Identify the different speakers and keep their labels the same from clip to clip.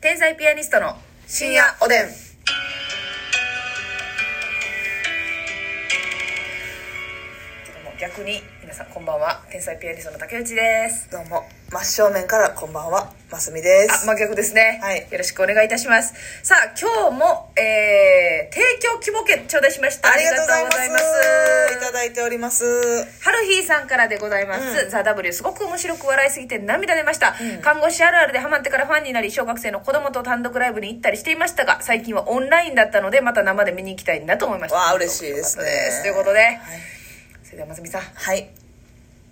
Speaker 1: 天才ピアニストの
Speaker 2: 深夜おでん。
Speaker 1: もう逆に皆さんこんばんは天才ピアニストの竹内です
Speaker 2: どうも、真正面からこんばんは、ますみで
Speaker 1: あ
Speaker 2: す。
Speaker 1: 真逆ですね、
Speaker 2: はい
Speaker 1: よろしくお願いいたしますさあ今日も、えー、提供希望券頂戴しました
Speaker 2: ありがとうございます。
Speaker 1: ありがとうござい
Speaker 2: い
Speaker 1: ます
Speaker 2: ただいております。
Speaker 1: ハルヒーさんからでございます。ザ・ W すごく面白く笑いすぎて涙出ました、看護師あるあるでハマってからファンになり、小学生の子供と単独ライブに行ったりしていましたが、最近はオンラインだったので、また生で見に行きたいなと思いました。
Speaker 2: わあ、嬉しいですね
Speaker 1: よかったですということで、
Speaker 2: はい
Speaker 1: それではますみさん、
Speaker 2: はい。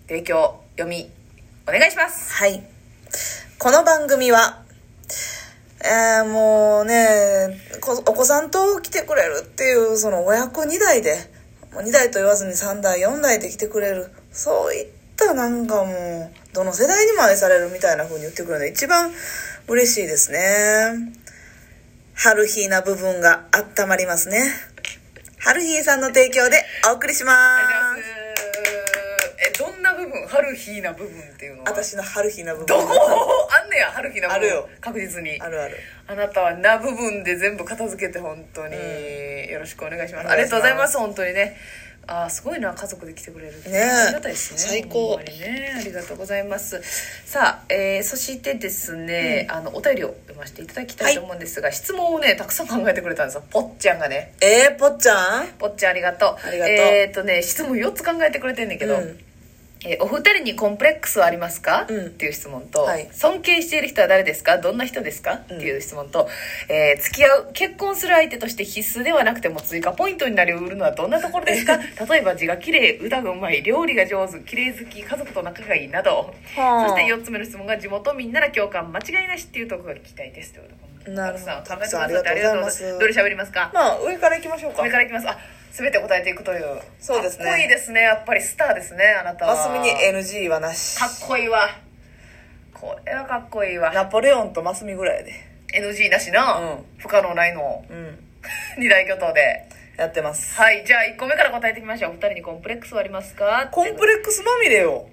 Speaker 1: 提供読み、お願いします。
Speaker 2: はい。この番組は、えー、もうねこお子さんと来てくれるっていうその親子2代でもう2代と言わずに3代4代で来てくれるそういったなんかもうどの世代にも愛されるみたいな風に言ってくれるの一番嬉しいですね春日な部分が温まりますね春日さんの提供でお送りします
Speaker 1: え、どんな部分、ハルヒーな部分っていうのは
Speaker 2: 私の春日な部分
Speaker 1: どこあんねや、ハルヒーな部分。
Speaker 2: あるよ
Speaker 1: 確実に。
Speaker 2: あるある
Speaker 1: あなたはな部分で全部片付けて本当によろしくお願いします、
Speaker 2: お願いします
Speaker 1: ありがとうございます本当にねあーすごいな家族で来てくれるって
Speaker 2: ねえ
Speaker 1: ありがたいですね
Speaker 2: 最高
Speaker 1: ほんまにねありがとうございますさあ、えーそしてですね、あのお便りを読ませていただきたいと思うんですが、質問をねたくさん考えてくれたんですよぽっちゃんがね
Speaker 2: えー、ぽっちゃん
Speaker 1: ぽっちゃんありがとう
Speaker 2: ありがとう
Speaker 1: えっ、とね質問4つ考えてくれてんねんけど、
Speaker 2: うん
Speaker 1: えーお二人にコンプレックスはありますか、
Speaker 2: うん
Speaker 1: っていう質問と、
Speaker 2: はい
Speaker 1: 尊敬している人は誰ですかどんな人ですか、っていう質問と、えー付き合う結婚する相手として必須ではなくても追加ポイントになりうるのはどんなところです か例えば字が綺麗歌がうまい料理が上手綺麗好き家族と仲がいいなど
Speaker 2: はあ
Speaker 1: そして4つ目の質問が地元民なら共感間違いなしっていうところが聞きたいですということで
Speaker 2: なるほど
Speaker 1: たくさん考えてくださってあ
Speaker 2: あ
Speaker 1: り
Speaker 2: り
Speaker 1: がとうござい
Speaker 2: がとうござい
Speaker 1: ま
Speaker 2: ますす
Speaker 1: どれ喋りますか
Speaker 2: まあ、上から行きましょうか
Speaker 1: これ。からいきますあ全て答えていくという
Speaker 2: そうですね
Speaker 1: かっこいいですねやっぱりスターですねあなたは
Speaker 2: マスミに NG はなし。
Speaker 1: かっこいいわこれはかっこいいわ
Speaker 2: ナポレオンとマスミぐらいやで。
Speaker 1: NG なしな、
Speaker 2: うん
Speaker 1: 不可能ないの
Speaker 2: うん。
Speaker 1: 二大巨頭で
Speaker 2: やってます。
Speaker 1: はいじゃあ1個目から答えていきましょうお二人にコンプレックスはありますか
Speaker 2: コンプレックスまみれよ。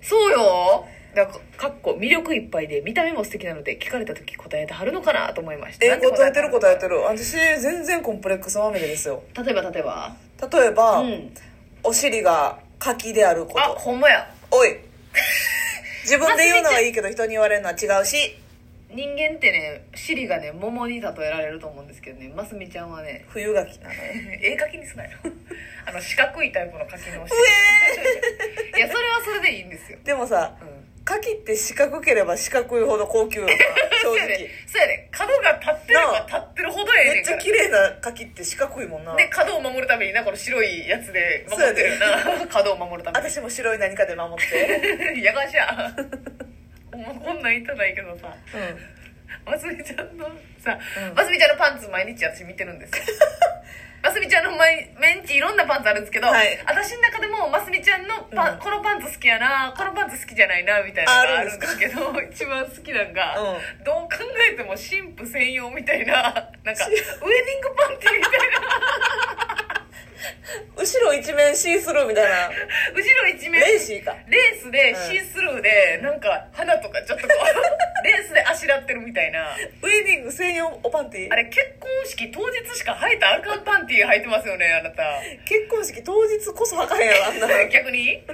Speaker 1: そうよだからかっこ魅力いっぱいで見た目も素敵なので聞かれた時答えてはるのかなと思いました
Speaker 2: え、答えてる答えて
Speaker 1: る
Speaker 2: る。私、全然コンプレックスまみれですよ。
Speaker 1: 例えば例えば
Speaker 2: 例えば、
Speaker 1: うん
Speaker 2: お尻が柿であるこ
Speaker 1: あ
Speaker 2: と。
Speaker 1: ほんまや
Speaker 2: おい自分で言うのはいいけど人に言われるのは違うし、
Speaker 1: 人間ってね尻がね桃に例えられると思うんですけどねますみちゃんはね
Speaker 2: 冬柿なのよ。
Speaker 1: 絵描きにすなよあの四角いタイプの描きのし いやそれはそれでいいんですよ、
Speaker 2: でもさ、
Speaker 1: うん、
Speaker 2: 柿って四角ければ四角いほど高級よな、
Speaker 1: そ
Speaker 2: 正
Speaker 1: うやで
Speaker 2: 直。
Speaker 1: そうやで角が立ってれば
Speaker 2: なあ
Speaker 1: 立ってるほどええね
Speaker 2: め
Speaker 1: んか
Speaker 2: っちゃ
Speaker 1: ら
Speaker 2: 綺麗な柿って四角いもんな。
Speaker 1: で角を守るためになこの白いやつで守ってるよな角を守るため
Speaker 2: 私も白い何かで守って。
Speaker 1: に やがしゃほんまこんなん言ったらいいけどさ
Speaker 2: うん。
Speaker 1: ますみちゃんのさ、
Speaker 2: うん
Speaker 1: ますみちゃんのパンツ毎日私見てるんです よますみちゃんの毎毎日いろんなパンツあるんですけど、
Speaker 2: はい
Speaker 1: 私の中でもますみちゃんのパン、
Speaker 2: うん
Speaker 1: このパンツ好きやなこのパンツ好きじゃないなみたいなのがあ
Speaker 2: あ
Speaker 1: る
Speaker 2: る
Speaker 1: ん
Speaker 2: ん
Speaker 1: で
Speaker 2: ですす
Speaker 1: けど 一番好きなんが、
Speaker 2: うん
Speaker 1: どう考えても神父専用みたいななんかウェディングパンティーみたい な
Speaker 2: 後ろ一面シースルーみたいな
Speaker 1: 後ろ一面
Speaker 2: レーシーか
Speaker 1: レースで
Speaker 2: うん
Speaker 1: シースルーで、なんか花とかちょっとこ うレースであしらってるみたいな。
Speaker 2: ウェディング専用おパンティ
Speaker 1: あれ結婚式当日しか履いたらあかんパンティー履いてますよねあなた
Speaker 2: 結婚式当日こそ履かへんやろ あんなの
Speaker 1: 逆に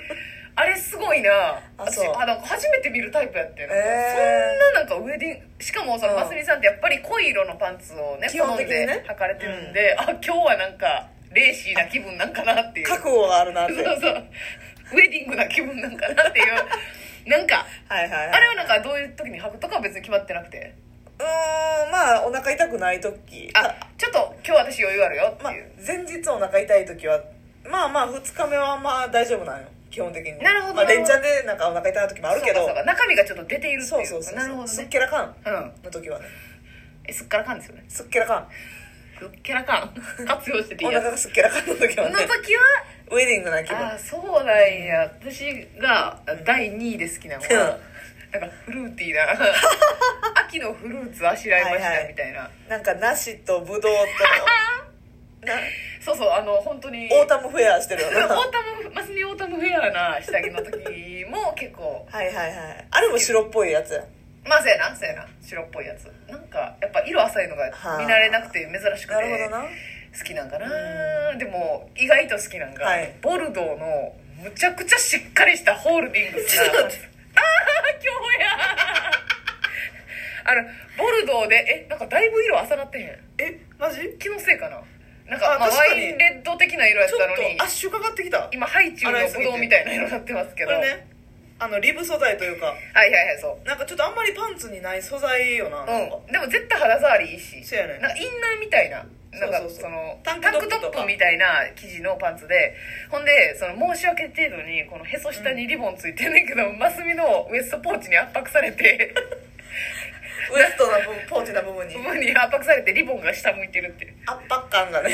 Speaker 1: あれすごいな
Speaker 2: あ
Speaker 1: 私
Speaker 2: そう
Speaker 1: あなんか初めて見るタイプやってんか
Speaker 2: え
Speaker 1: そんななんかウェディングしかもその
Speaker 2: うん
Speaker 1: ますみさんってやっぱり濃い色のパンツをね
Speaker 2: 基本的にね
Speaker 1: 好んで履かれてるんで、あ今日はなんかレーシーな気分なんかなっていう
Speaker 2: 覚悟があるなっ
Speaker 1: そう
Speaker 2: て
Speaker 1: そう
Speaker 2: はい
Speaker 1: ウェディングな気分なんかなって いうなんか
Speaker 2: はいはい
Speaker 1: あれはなんかどういう時に履くとかは別に決まってなくて
Speaker 2: うーんまあお腹痛くない時
Speaker 1: あちょっと今日私余裕あるよって
Speaker 2: まあ
Speaker 1: いう、
Speaker 2: 前日お腹痛い時はまあまあ2日目はまあ大丈夫なんよ基本的に
Speaker 1: なるほど
Speaker 2: まあ、連チャンでなんかお腹痛い時もあるけど
Speaker 1: そうかそうか中身がちょっと出ているっていう
Speaker 2: そうそうそう
Speaker 1: なるほど
Speaker 2: すっ
Speaker 1: ね
Speaker 2: けらかん
Speaker 1: うん
Speaker 2: の時はね
Speaker 1: えすっからかんですよね
Speaker 2: すっけらかん
Speaker 1: すっけらか ん活用しててい
Speaker 2: お
Speaker 1: いやつ
Speaker 2: 腹がすっけらかんの時は
Speaker 1: その
Speaker 2: ね
Speaker 1: 時は
Speaker 2: ウェディングな気分
Speaker 1: ああそうなんや私が第2位で好きなのはなんかフルーティ ーな秋のフルーツあしらいまし
Speaker 2: はい
Speaker 1: た
Speaker 2: はい
Speaker 1: みたいな、
Speaker 2: なんか梨とブドウとな
Speaker 1: そうそうあの本当に
Speaker 2: オータムフェアしてるよ
Speaker 1: オ
Speaker 2: な
Speaker 1: ータムマスミオータムフェアな下着の時も結構
Speaker 2: はいはいはいあれも白っぽいやつや
Speaker 1: まあそうやなそうやな白っぽいやつなんかやっぱ色浅いのが見慣れなくて珍しくて
Speaker 2: なるほどな
Speaker 1: 好きなんかなでも意外と好きなんが、
Speaker 2: はい
Speaker 1: ボルドーのむちゃくちゃしっかりしたホールディングスな
Speaker 2: ちょっと待って
Speaker 1: ああ今日やあのボルドーでえなんかだいぶ色浅なってへん
Speaker 2: えマジ
Speaker 1: 気
Speaker 2: ち
Speaker 1: のせいかななんか
Speaker 2: あ
Speaker 1: まあ、
Speaker 2: 確
Speaker 1: ワ
Speaker 2: かに
Speaker 1: インレッド的な色やっ
Speaker 2: ょ
Speaker 1: たのに
Speaker 2: っとアッシュかかってきた
Speaker 1: 今ハイチュウのブドウみたいな色になってますけ
Speaker 2: こ
Speaker 1: ど、
Speaker 2: れねあのリブ素材というか
Speaker 1: はいはいはいそう
Speaker 2: なんかちょっとあんまりパンツにない素材よななんか
Speaker 1: うん、でも絶対肌触りいいし
Speaker 2: そうやね
Speaker 1: なんかインナーみたいななんか
Speaker 2: そう
Speaker 1: そ
Speaker 2: そうそう
Speaker 1: の
Speaker 2: タ
Speaker 1: タ
Speaker 2: ン
Speaker 1: ンク
Speaker 2: クト
Speaker 1: ト
Speaker 2: ップとか
Speaker 1: ップみたいな生地のパンツでほんでその申し訳程度にこのへそ下にリボンついてんねんけど、マスミのウエストポーチに圧迫され て
Speaker 2: ウエストの部分ポーチの部分に
Speaker 1: 部分に圧迫されてリボンが下向いてるっていう
Speaker 2: 圧迫感がね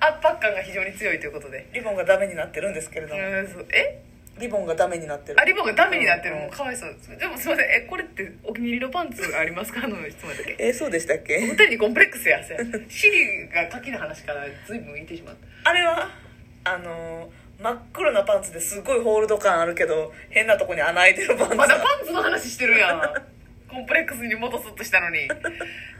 Speaker 1: 圧迫感が非常に強いということで、
Speaker 2: リボンがダメになってるんですけれ
Speaker 1: う
Speaker 2: ども、
Speaker 1: ん、そうえ
Speaker 2: リボンがダメになってる
Speaker 1: あリボンがダメになってる
Speaker 2: うん
Speaker 1: もうかわいそうでもすいませんえこれってお気に入りのパンツありますかあの質問だけ
Speaker 2: えーそうでしたっ
Speaker 1: 二
Speaker 2: け
Speaker 1: 人にコンプレックス やせシリが牡蠣の話から随分浮いてしまった
Speaker 2: あれはあのー真っ黒なパンツですごいホールド感あるけど変なとこに穴開いてるパンツ
Speaker 1: まだパンツの話してるや ん。コンプレックスに戻そうとしたのに。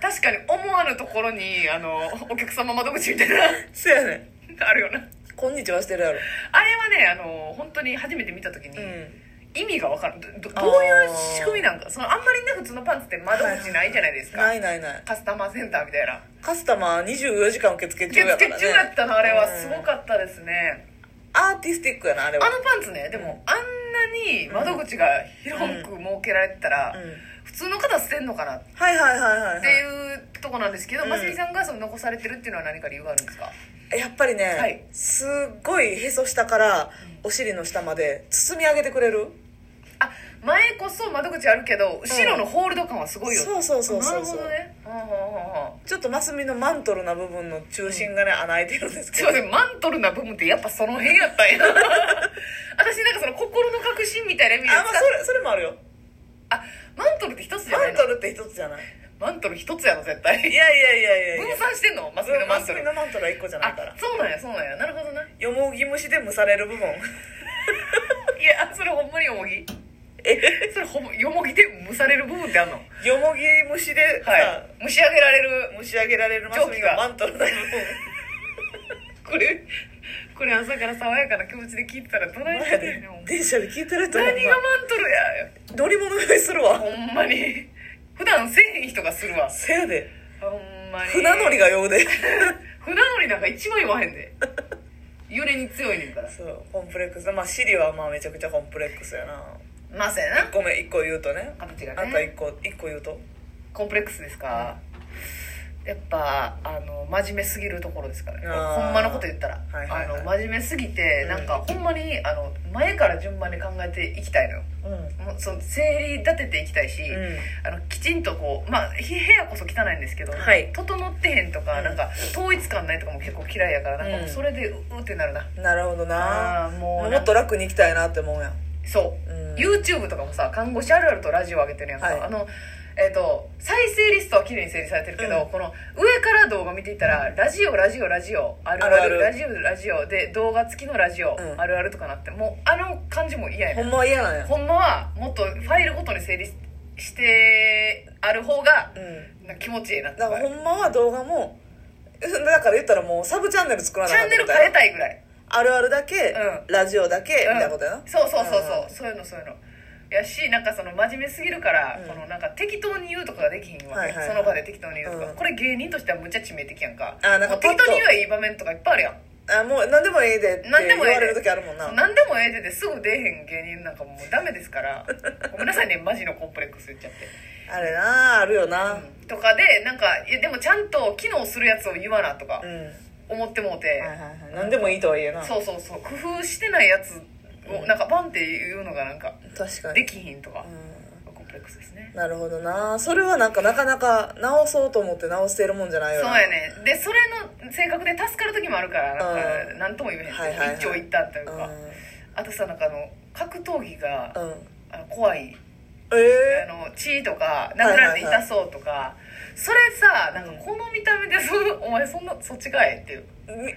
Speaker 1: 確かに思わぬところに、あの、お客様窓口みたい
Speaker 2: そうやね
Speaker 1: な、あるよな。
Speaker 2: んこんにちはしてるやろ
Speaker 1: あれはね、あの、本当に初めて見た時に、
Speaker 2: うん
Speaker 1: 意味がわからん。どど
Speaker 2: あー
Speaker 1: どういう仕組みなんか、その、あんまりね、普通のパンツって窓口ないじゃないですか。
Speaker 2: ないないない
Speaker 1: カスタマーセンターみたいな。
Speaker 2: カスタマー24時間受付中
Speaker 1: 受
Speaker 2: やか
Speaker 1: 付
Speaker 2: らね
Speaker 1: 中やったの、あれは。
Speaker 2: うん
Speaker 1: すごかったですね。
Speaker 2: アーティスティックやなあれ
Speaker 1: あ
Speaker 2: は
Speaker 1: のパンツね、でも、あんなに窓口が広く設けられてたら、
Speaker 2: うん
Speaker 1: 普通の方捨てんのかなって。
Speaker 2: はいはいはいは
Speaker 1: っ
Speaker 2: い、は
Speaker 1: ていうとこなんですけど、
Speaker 2: うん
Speaker 1: マスミさんがその残されてるっていうのは何か理由があるんですか
Speaker 2: い、やっぱりね、
Speaker 1: はい
Speaker 2: すっごいへそ下からお尻の下まで包み上げてくれる
Speaker 1: あ前こそ窓口あるけど後ろのホールド感はすごいよ、
Speaker 2: そうそうそうそうそう
Speaker 1: なるほどねはあはあはあはあ
Speaker 2: ちょっとマスミのマントルな部分の中心がね、穴開いてるんですけ
Speaker 1: すい
Speaker 2: ど
Speaker 1: ませんマントルな部分ってやっぱその辺やったん や私なんかその心の確信みたいな意味で使
Speaker 2: あ
Speaker 1: っ
Speaker 2: まあそれそれもあるよ
Speaker 1: あマントルって一つじゃな
Speaker 2: マ
Speaker 1: い
Speaker 2: ン
Speaker 1: の
Speaker 2: トルって一つじゃない
Speaker 1: マントル一つやろ絶対
Speaker 2: いやいやいやいやい
Speaker 1: 分
Speaker 2: や
Speaker 1: 散してんのマスミのマントル
Speaker 2: マスミのマントルは一個じゃない
Speaker 1: あ
Speaker 2: から
Speaker 1: そうなんやそうなんやなるほどない
Speaker 2: よもぎ虫で蒸される部分
Speaker 1: やそれほんまによもぎそれほんまよもぎで蒸される部分ってあんのは
Speaker 2: よもぎ虫でさ、
Speaker 1: い蒸し上げられる
Speaker 2: 蒸し上げられるマスミがマントル の部分
Speaker 1: これこれ朝から爽やかな気持ちで聞いてたらどないしてるの
Speaker 2: 電車で聞いてると
Speaker 1: 何
Speaker 2: 思う
Speaker 1: が
Speaker 2: な
Speaker 1: マントルや
Speaker 2: 乗り物酔いするわ
Speaker 1: ほんまに普段せえへん人がするわ
Speaker 2: せやで
Speaker 1: ほんまに
Speaker 2: 船乗りが酔うで
Speaker 1: 船乗りなんか一番言わへんで揺れに強いねんから
Speaker 2: そうコンプレックスまあシリはまあめちゃくちゃコンプレックスやな
Speaker 1: まあそうやな
Speaker 2: ごめん一個言うとね
Speaker 1: 形が
Speaker 2: あんた
Speaker 1: ね
Speaker 2: 一個一個言うと
Speaker 1: コンプレックスですかやっぱあの真面目すぎるところですからね
Speaker 2: あー
Speaker 1: ほんまのこと言ったら、
Speaker 2: はいはいはい
Speaker 1: あの真面目すぎて
Speaker 2: うん
Speaker 1: なんかほんまにあの前から順番に考えていきたいのよ
Speaker 2: うんうん
Speaker 1: もうその整理立てていきたいし、あのきちんとこうまあひ部屋こそ汚いんですけど、
Speaker 2: はい
Speaker 1: 整ってへんとか、
Speaker 2: うん
Speaker 1: なんか統一感ないとかも結構嫌いやからなんかもううんそれでううってなるな、
Speaker 2: なるほどな
Speaker 1: あーもう
Speaker 2: もっと楽に行きたいなって思うやん
Speaker 1: そう、
Speaker 2: うん
Speaker 1: YouTube とかもさ看護師あるあるとラジオ上げてるやんか、
Speaker 2: はい
Speaker 1: あのえっ、と再生リストは綺麗に整理されてるけど、
Speaker 2: う
Speaker 1: この上から動画見ていったら、ラジオラジオラジオあるある
Speaker 2: あるある
Speaker 1: ラジオラジオで動画付きのラジオ、
Speaker 2: うん
Speaker 1: あるあるとかなってもうあの感じも嫌やね
Speaker 2: ほんまは嫌なんや
Speaker 1: ほんまはもっとファイルごとに整理ししてある方が
Speaker 2: うん
Speaker 1: なんか気持ちいいなって
Speaker 2: だからほんまは動画もだから言ったらもうサブチャンネル作らな
Speaker 1: チ
Speaker 2: あか
Speaker 1: ャン
Speaker 2: んって
Speaker 1: ネ
Speaker 2: こ
Speaker 1: ル
Speaker 2: と
Speaker 1: 変
Speaker 2: や
Speaker 1: えたいぐらい
Speaker 2: あるあるだけ、
Speaker 1: うん
Speaker 2: ラジオだけみたいなことやな、
Speaker 1: そうそうそうそううそういうのそういうのやしなんかその真面目すぎるから、
Speaker 2: うん
Speaker 1: このなんか適当に言うとかができひんわ、
Speaker 2: はいはいはい
Speaker 1: その場で適当に言うとか、
Speaker 2: うん
Speaker 1: これ芸人としてはむちゃ致命的やんか
Speaker 2: あーなんか
Speaker 1: もう
Speaker 2: パッ
Speaker 1: 適
Speaker 2: と
Speaker 1: 当に言えばいい場面とかいっぱいあるやん
Speaker 2: あもう何でもええでって
Speaker 1: 何で
Speaker 2: 言
Speaker 1: も
Speaker 2: わ
Speaker 1: ええで
Speaker 2: れる時あるもんな
Speaker 1: そう何でもええでですぐ出えへん芸人なんかもうダメですからごめんなさいねマジのコンプレックス言っちゃって、
Speaker 2: あれなあるよなうん、
Speaker 1: うんとかでなんかいやでもちゃんと機能するやつを言わなとか思ってもうて、
Speaker 2: はいはいはい何でもいいとはいえな
Speaker 1: そうそうそう工夫してないやつをなんかバンって言うのがなんか
Speaker 2: 確かに
Speaker 1: できひんとか
Speaker 2: う、
Speaker 1: コンプレックスですね
Speaker 2: んなるほどなそれはなんかなかなか直そうと思って直してるもんじゃない
Speaker 1: そう
Speaker 2: よな
Speaker 1: やねでそれの性格で助かる時もあるからなん
Speaker 2: う
Speaker 1: か
Speaker 2: ん
Speaker 1: 何とも言えへん、
Speaker 2: はいはいはい
Speaker 1: 一長一短というか、あとさなんかあの格闘技が、
Speaker 2: うん、うん、
Speaker 1: あの怖い
Speaker 2: え
Speaker 1: あ
Speaker 2: え
Speaker 1: の血とか殴られて痛そうとか、それさなんかこの見た目でそのお前そんなそっちかいっていう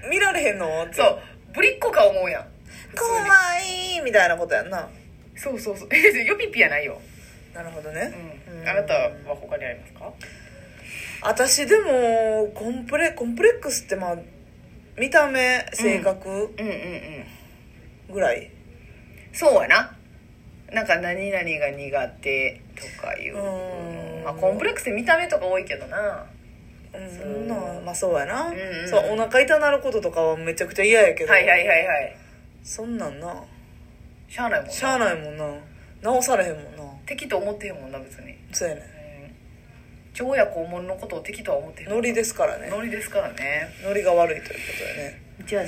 Speaker 2: み見られへんのって
Speaker 1: そうぶりっ子か思うやん普通
Speaker 2: 怖
Speaker 1: に
Speaker 2: いみたいなことやんな
Speaker 1: そうそうそうえじゃあ予備ピやないよ
Speaker 2: なるほどね
Speaker 1: うん
Speaker 2: うん、うん
Speaker 1: あなたは他にありますか
Speaker 2: 私でもコンプレコンプレックスってまあ見た目性格
Speaker 1: うんうんうん
Speaker 2: ぐらい、
Speaker 1: そうやななんか何々が苦手とかいう
Speaker 2: うーん
Speaker 1: まあコンプレックスで見た目とか多いけどな
Speaker 2: うん
Speaker 1: そう
Speaker 2: そんなんまあそうやな、
Speaker 1: んうん
Speaker 2: そうお腹痛なることとかはめちゃくちゃ嫌やけど、
Speaker 1: はいはいはいはい
Speaker 2: そんなんな
Speaker 1: しゃあないもんな
Speaker 2: しゃあないもんな直されへんもんな
Speaker 1: 敵と思ってへんもんな別に
Speaker 2: そうやね
Speaker 1: 超や肛門のことを敵とは思ってへんもん
Speaker 2: ノリですからね
Speaker 1: ノリですからね
Speaker 2: ノリが悪いということやね
Speaker 1: じゃ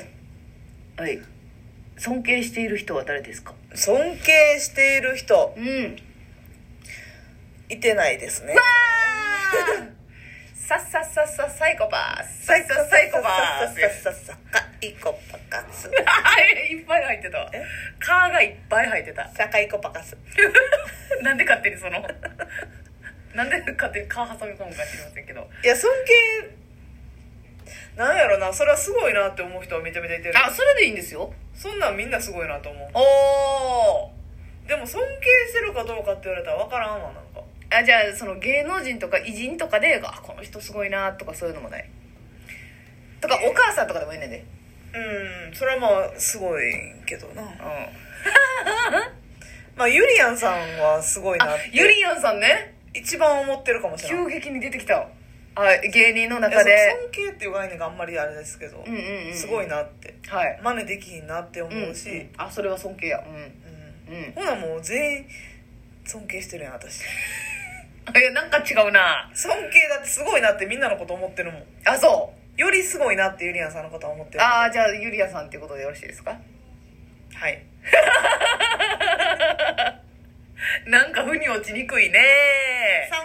Speaker 1: あはい尊敬している人は誰ですか
Speaker 2: 尊敬している人
Speaker 1: うん
Speaker 2: いてないですね
Speaker 1: さっさっさっさサイコパスサイコサイコパス
Speaker 2: さささかいこパカス
Speaker 1: いっぱい入ってた
Speaker 2: え
Speaker 1: カーがいっぱい入ってた
Speaker 2: さかいこパカス
Speaker 1: なんで勝手にそのなんで勝手にカー挟み込むか知りませんけど
Speaker 2: いや尊敬なんやろなそれはすごいなって思う人はめちゃめちゃいてる
Speaker 1: あそれでいいんですよ
Speaker 2: そんなんみんなすごいなと思
Speaker 1: おお
Speaker 2: うでも尊敬してるかどうかって言われたら分からんわなんか
Speaker 1: あじゃあその芸能人とか偉人とかであこの人すごいなとかそういうのもないとかお母さんとかでもいいねんで
Speaker 2: うんそれはまあすごいけどな
Speaker 1: うんあ
Speaker 2: まあゆりやんさんはすごいなって
Speaker 1: ゆりやんさんね
Speaker 2: 一番思ってるかもしれない
Speaker 1: 急激に出てきたあ芸人の
Speaker 2: いや
Speaker 1: 中
Speaker 2: その
Speaker 1: で
Speaker 2: 尊敬っていう概念があんまりあれですけど、
Speaker 1: うんうんうん
Speaker 2: すごいなって
Speaker 1: はい
Speaker 2: 真似できひんなって思
Speaker 1: うんう
Speaker 2: うんし、
Speaker 1: あそれは尊敬やうん
Speaker 2: うん
Speaker 1: うん
Speaker 2: ほなもう全員尊敬してるやん私
Speaker 1: あいやなんか違うな
Speaker 2: 尊敬だってすごいなってみんなのこと思ってるもん
Speaker 1: あそ
Speaker 2: よりすごいなってゆりやんさんのことは思っ
Speaker 1: う
Speaker 2: てる
Speaker 1: ああじゃあゆりやさんっていうことでよろしいですか
Speaker 2: はい
Speaker 1: なんか腑に落ちにくいね
Speaker 2: 尊